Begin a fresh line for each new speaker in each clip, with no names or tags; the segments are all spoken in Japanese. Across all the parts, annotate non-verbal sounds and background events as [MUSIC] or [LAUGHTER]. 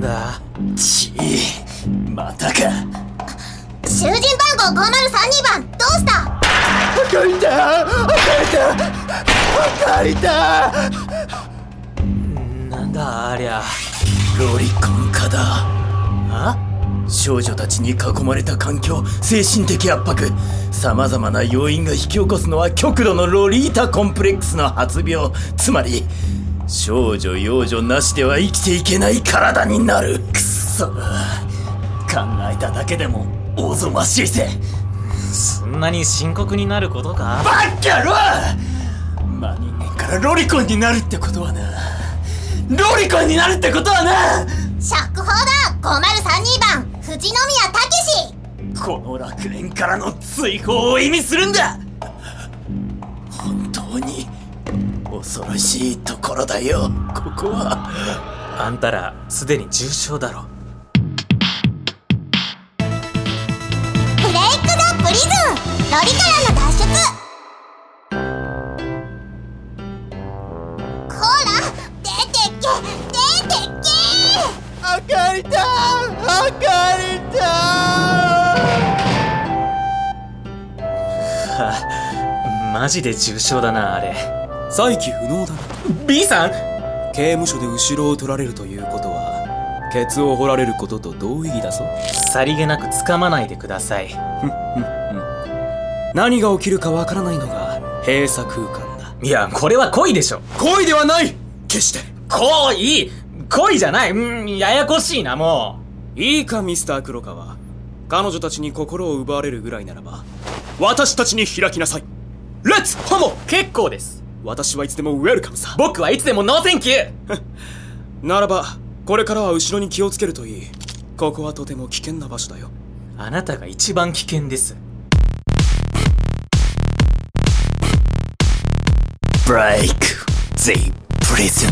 だ
ちぃまたか
囚人番号5032番どうした
明かりだ明かりだ明かりだ
なんだありゃ
ロリコン化だ
あ
少女たちに囲まれた環境精神的圧迫さまざまな要因が引き起こすのは極度のロリータコンプレックスの発病つまり少女幼女なしでは生きていけない体になるくっそ考えただけでもおぞましいぜ
そんなに深刻になることか
バッキャローまあ人間からロリコンになるってことはなロリコンになるってことはな
釈放だ5032番藤宮武
この楽園からの追放を意味するんだ本当に恐ろしいところだよここは
あんたらすでに重症だろ
ブレイクザプリズンロリからの脱出こら出てけ出てけ
あかりだあかりだ
マジで重症だなあれ
再起不能だな
B さん
刑務所で後ろを取られるということはケツを掘られることと同意義だぞ
さりげなく掴まないでください
何が起きるかわからないのが閉鎖空間だ
いやこれは恋でしょ
恋ではない決して
恋恋じゃないうんややこしいなも
いいかミスター黒川彼女たちに心を奪われるぐらいならば私たちに開きなさいレッツホモ
う結構です
私はいつでもウェルカムさ
僕はいつでもノーセンキュー
ならばこれからは後ろに気をつけるといいここはとても危険な場所だよ
あなたが一番危険です
ブレイクゼイプリズン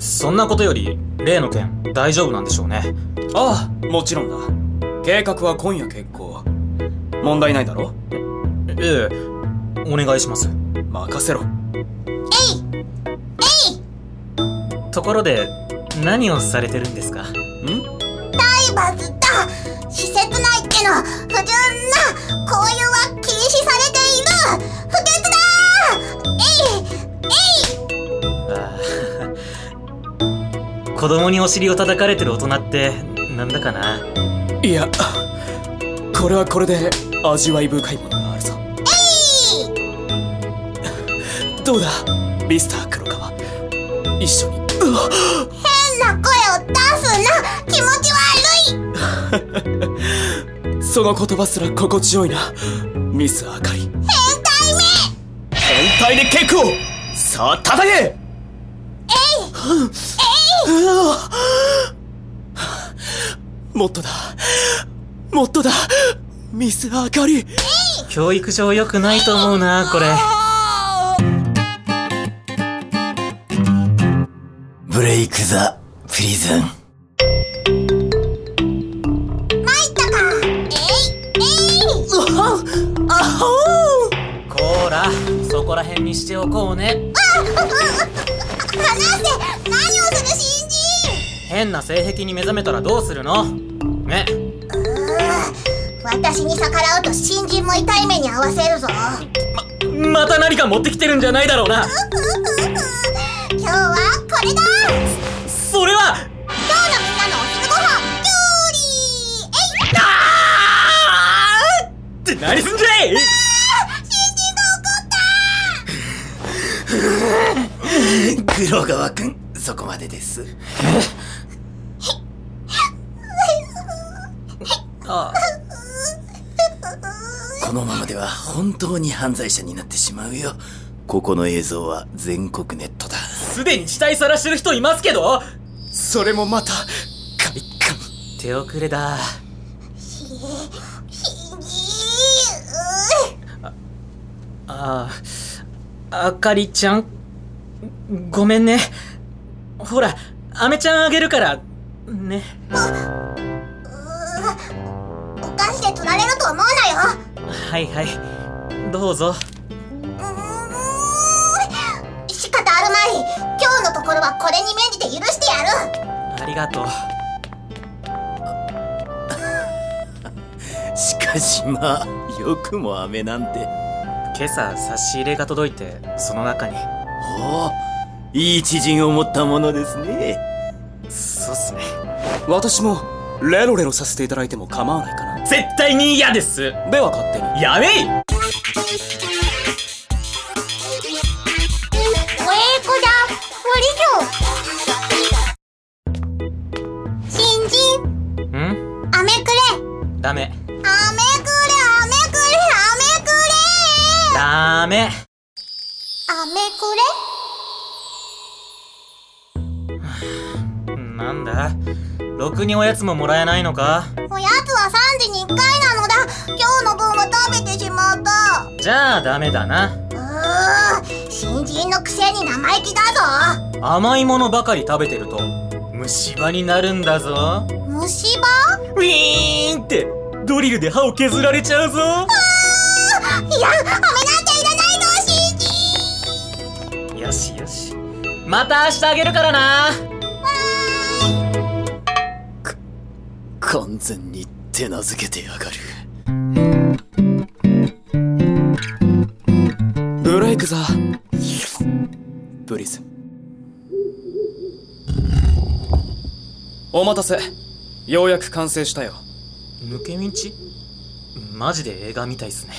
そんなことより例の件大丈夫なんでしょうね
ああもちろんだ計画は今夜決行問題ないだろ
ええお願いします
任せろ
ところで何をされてるんですか
体罰だ施設内での不純な交友は禁止されている不潔だえいえい
あ [LAUGHS] あ子供にお尻を叩かれてる大人ってなんだかない
やこれはこれで味わい深いものがあるぞどうだミスター黒川一緒にうわ
変な声を出すな気持ち悪い
その言葉すら心地よいなミスあか
変
り
態め
変態で結構さあ叩けえいもっとだもっとだミスあかり
教育上良くないと思うなこれ
ブレイクザプリズン
入ったかえいえい
こーらそこら辺にしておこうね
話せ何をする新人
変な性癖に目覚めたらどうするのね
私に逆らうと新人も痛い目に合わせるぞ
また何か持ってきてるんじゃないだろうな
今日はこれだ
それ
[LAUGHS]
は
今日のみんなのお昼ご飯きゅうりえい
あーって何すんじゃい
グロ川くんそこまでです
あ
このままでは本当に犯罪者になってしまうよここの映像は全国ネットだ
すでに死体晒してる人いますけど
それもまた快感
手遅れだ
新人
あああかりちゃんごめんねほらアメちゃんあげるからね
うーお菓子で取られると思うなよ
はいはいどうぞ
うーん仕方あるまい今日のところころはこれに免じて許してやる
ありがとう。
[LAUGHS] しかしまあよくも飴なんて
今朝差し入れが届いて、その中に。
ほういい知人を持ったものですね
そうっすね。
私もレロレロさせていただいても構わないかな
絶対に嫌です
では勝手に
やめい
おえこだ無理じょ新人
ん
あめくれ
ダメ。
あめくれあめくれあめくれ
ダメ
あめくれ
なんだろくにおやつももらえないのか
おやつは3時に1回なのだ今日の分は食べてしまった
じゃあダメだな。
うーん新人のくせに生意気だぞ
甘いものばかり食べてると、虫歯になるんだぞ。
虫歯
ウィーンって、ドリルで歯を削られちゃうぞ
いや飴なんていらないぞ新人
よしよし。また明日あげるからな
完全に手なずけてやがる
ブレイクザブリズお待たせようやく完成したよ
抜け道マジで映画みたいっすね。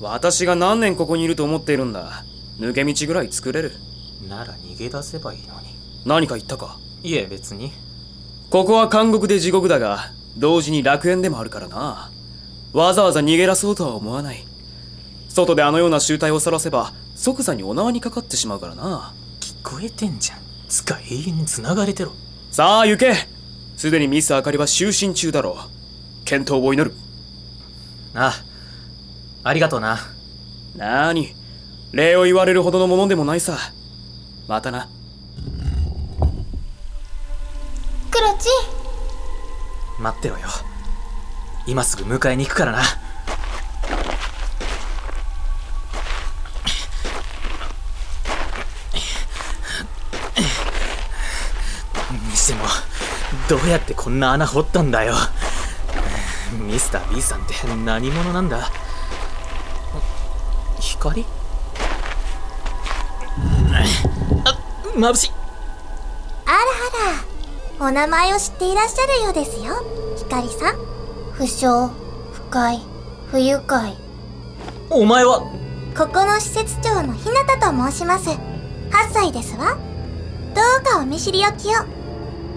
私が何年ここにいると思っているんだ抜け道ぐらい作れる
なら逃げ出せばいいのに。
何か言ったか
いえ、別に。
ここは監獄で地獄だが同時に楽園でもあるからなわざわざ逃げ出そうとは思わない外であのような集体を晒せば即座にお縄にかかってしまうからな
聞こえてんじゃん。つか永遠に繋がれてろ。
さあ行けすでにミスあかりは就寝中だろう健闘を祈る
ああ、ありがとうな。
なーに礼を言われるほどのものでもないさまたな
クロチ
待ってろよ。今すぐ迎えに行くからな。にしても、どうやってこんな穴掘ったんだよ。ミスター B さんって何者なんだ光あ、眩しい。
あらあらお名前を知っていらっしゃるようですよひかりさん不詳不快不愉快
お前は、
ここの施設長のひなたと申します8歳ですわどうかお見知りおきを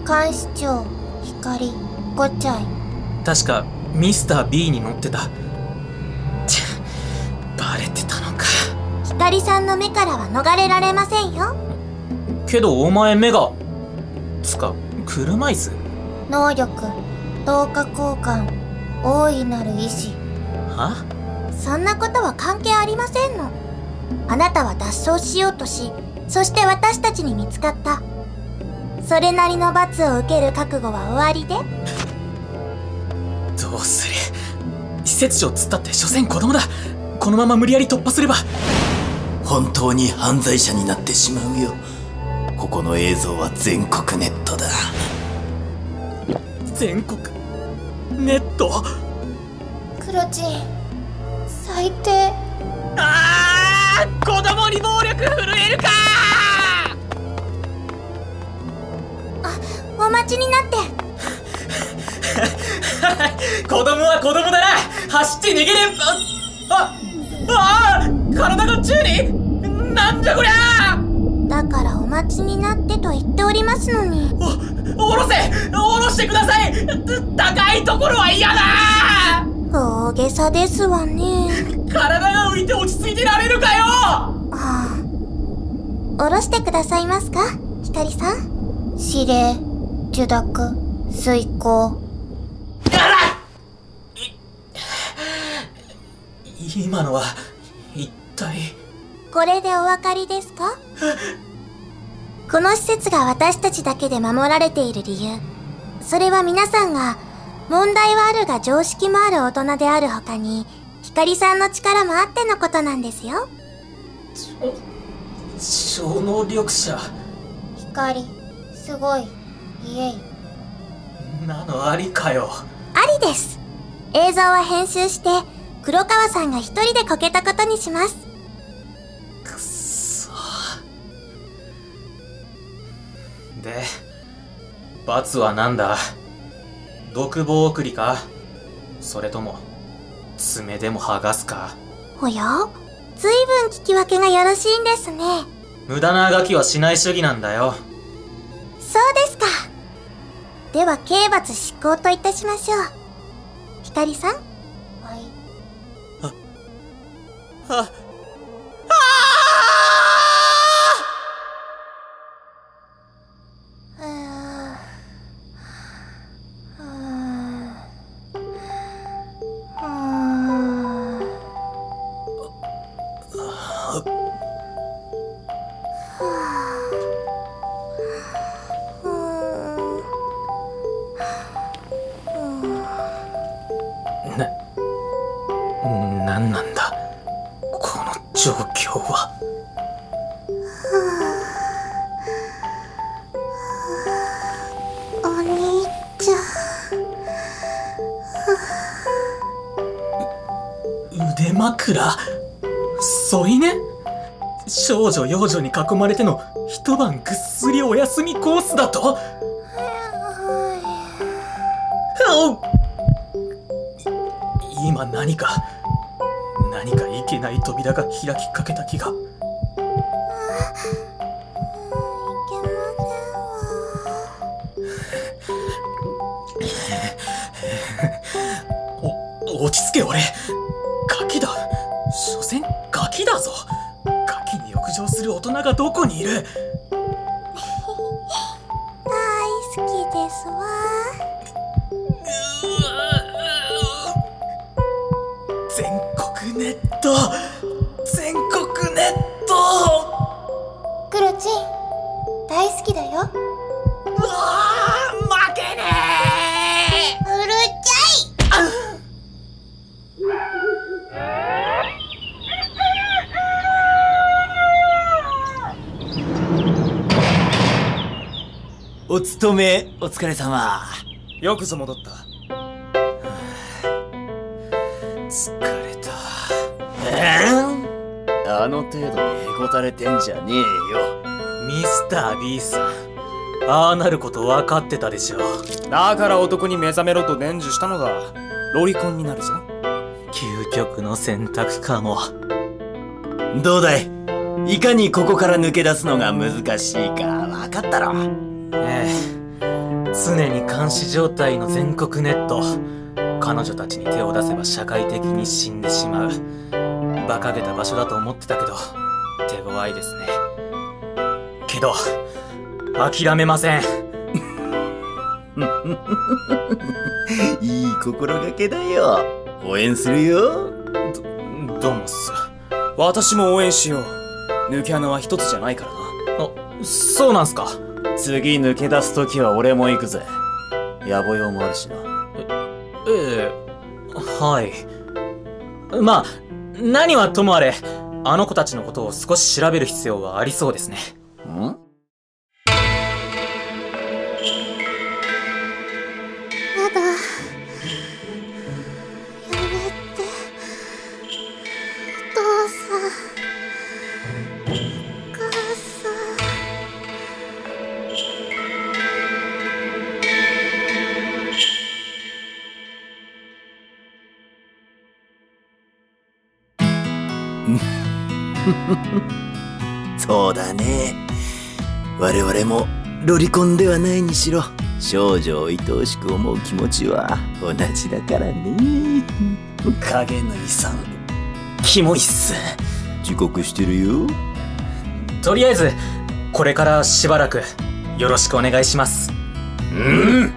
監視長ひかりごちゃい
確かミスター B に乗ってたチッバレてたのか
ひかりさんの目からは逃れられませんよ
けどお前目がつか車椅子
能力等価交換大いなる意志
は
そんなことは関係ありませんのあなたは脱走しようとしそして私たちに見つかったそれなりの罰を受ける覚悟は終わりで
どうする施設長つったって所詮子供だこのまま無理やり突破すれば
本当に犯罪者になってしまうよここの映像は全国ネットだ
全国ネット
クロチン最低
あー子供に暴力震えるか
お待ちになって
[LAUGHS] 子供は子供だな走って逃げれあああー体が宙になんじゃこりゃー
だからお待ちになってと言っておりますのに
お、おろせおろしてください高いところは嫌だ
大げさですわね
体が浮いて落ち着いてられるかよ
はあおろしてくださいますかひかりさん指令受諾遂行
今のは、一体、
これでお分かりですかこの施設が私たちだけで守られている理由。それは皆さんが、問題はあるが常識もある大人である他に、ひかりさんの力もあってのことなんですよ。
超能力者。
ひかりすごいイエイ
なのありかよ
ありです映像は編集して黒川さんが一人でこけたことにします
くっそで罰は何だ独房送りかそれとも爪でも剥がすか
おや随分聞き分けがよろしいんですね
無駄なあがきはしない主義なんだよ
そうですかでは刑罰執行といたしましょうひかりさんはいうーんうーんうーん
な、なんなんだこの状況は。
お兄ちゃん
腕枕添い寝少女幼女に囲まれての一晩ぐっすりお休みコースだとおい今何か何かいけない扉が開きかけた気が
いけませんわ
お落ち着け俺ガキだ所詮ガキだぞガキに浴場する大人がどこにいる
大好きですわ
全国ネット全国ネット
クロチン大好きだようる
うわあ負けねえ
ち
お勤めお疲れ様
よくぞ戻った。
疲れたあの程度でへこたれてんじゃねえよ
ミスター B さんああなること分かってたでしょ
だから男に目覚めろと伝授したのだ。ロリコンになるぞ。
究極の選択かも
どうだいいかにここから抜け出すのが難しいか分かったろ
ええ常に監視状態の全国ネット彼女たちに手を出せば社会的に死んでしまう馬鹿げた場所だと思ってたけど手強いですねけど諦めません
いい心がけだよ応援するよ
どうもっす
私も応援しよう。抜け穴は一つじゃないからな。
あそうなんすか
次抜け出す時は俺も行くぜ野暮用もあるしな
ええはいまあ何はともあれあの子たちのことを少し調べる必要はありそうですね
ん
ゃいやだやめてお父さんお母さん
そうだね我々もロリコンではないにしろ少女を愛おしく思う気持ちは同じだからね影の遺産
キモいっす
時刻してるよ
とりあえずこれからしばらくよろしくお願いします
うん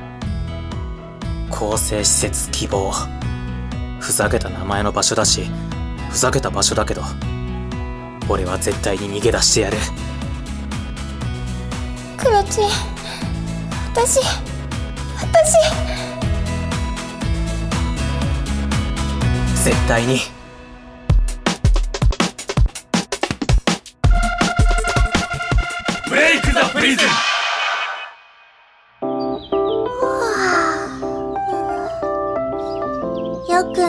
更生施設希望ふざけた名前の場所だしふざけた場所だけど俺は絶対に逃げ出してやる
クロチ私私
絶対に
ブレイク・ザ・プリズン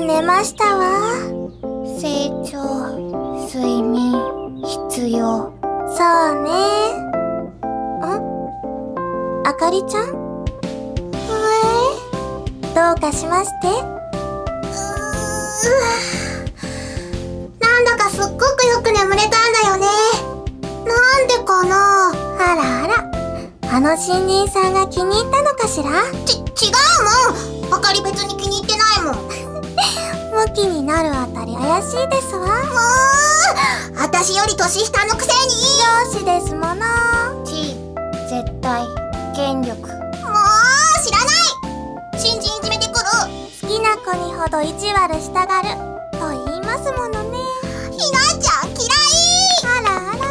寝ましたわ成長睡眠必要そうねああかりちゃんえどうかしましてうなんだかすっごくよく眠れたんだよねなんでかなあらあらあの新人さんが気に入ったのかしらち、違うもんあかり別に気に入ってないもん [LAUGHS] ムキになるあたり怪しいですわもう私より年下のくせに上司ですもの地位絶対権力もう知らない新人いじめてくる好きな子にほど意地悪したがると言いますものねひなちゃん嫌いあらあら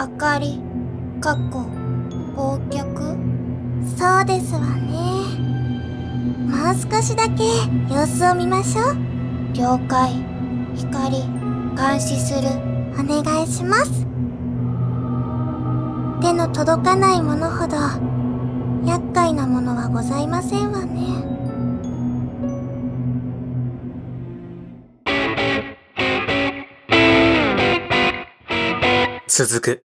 あかり、かっこ、忘却そうですわね。もう少しだけ様子を見ましょう。了解。光、監視する。お願いします。手の届かないものほど、厄介なものはございませんわね。
続く。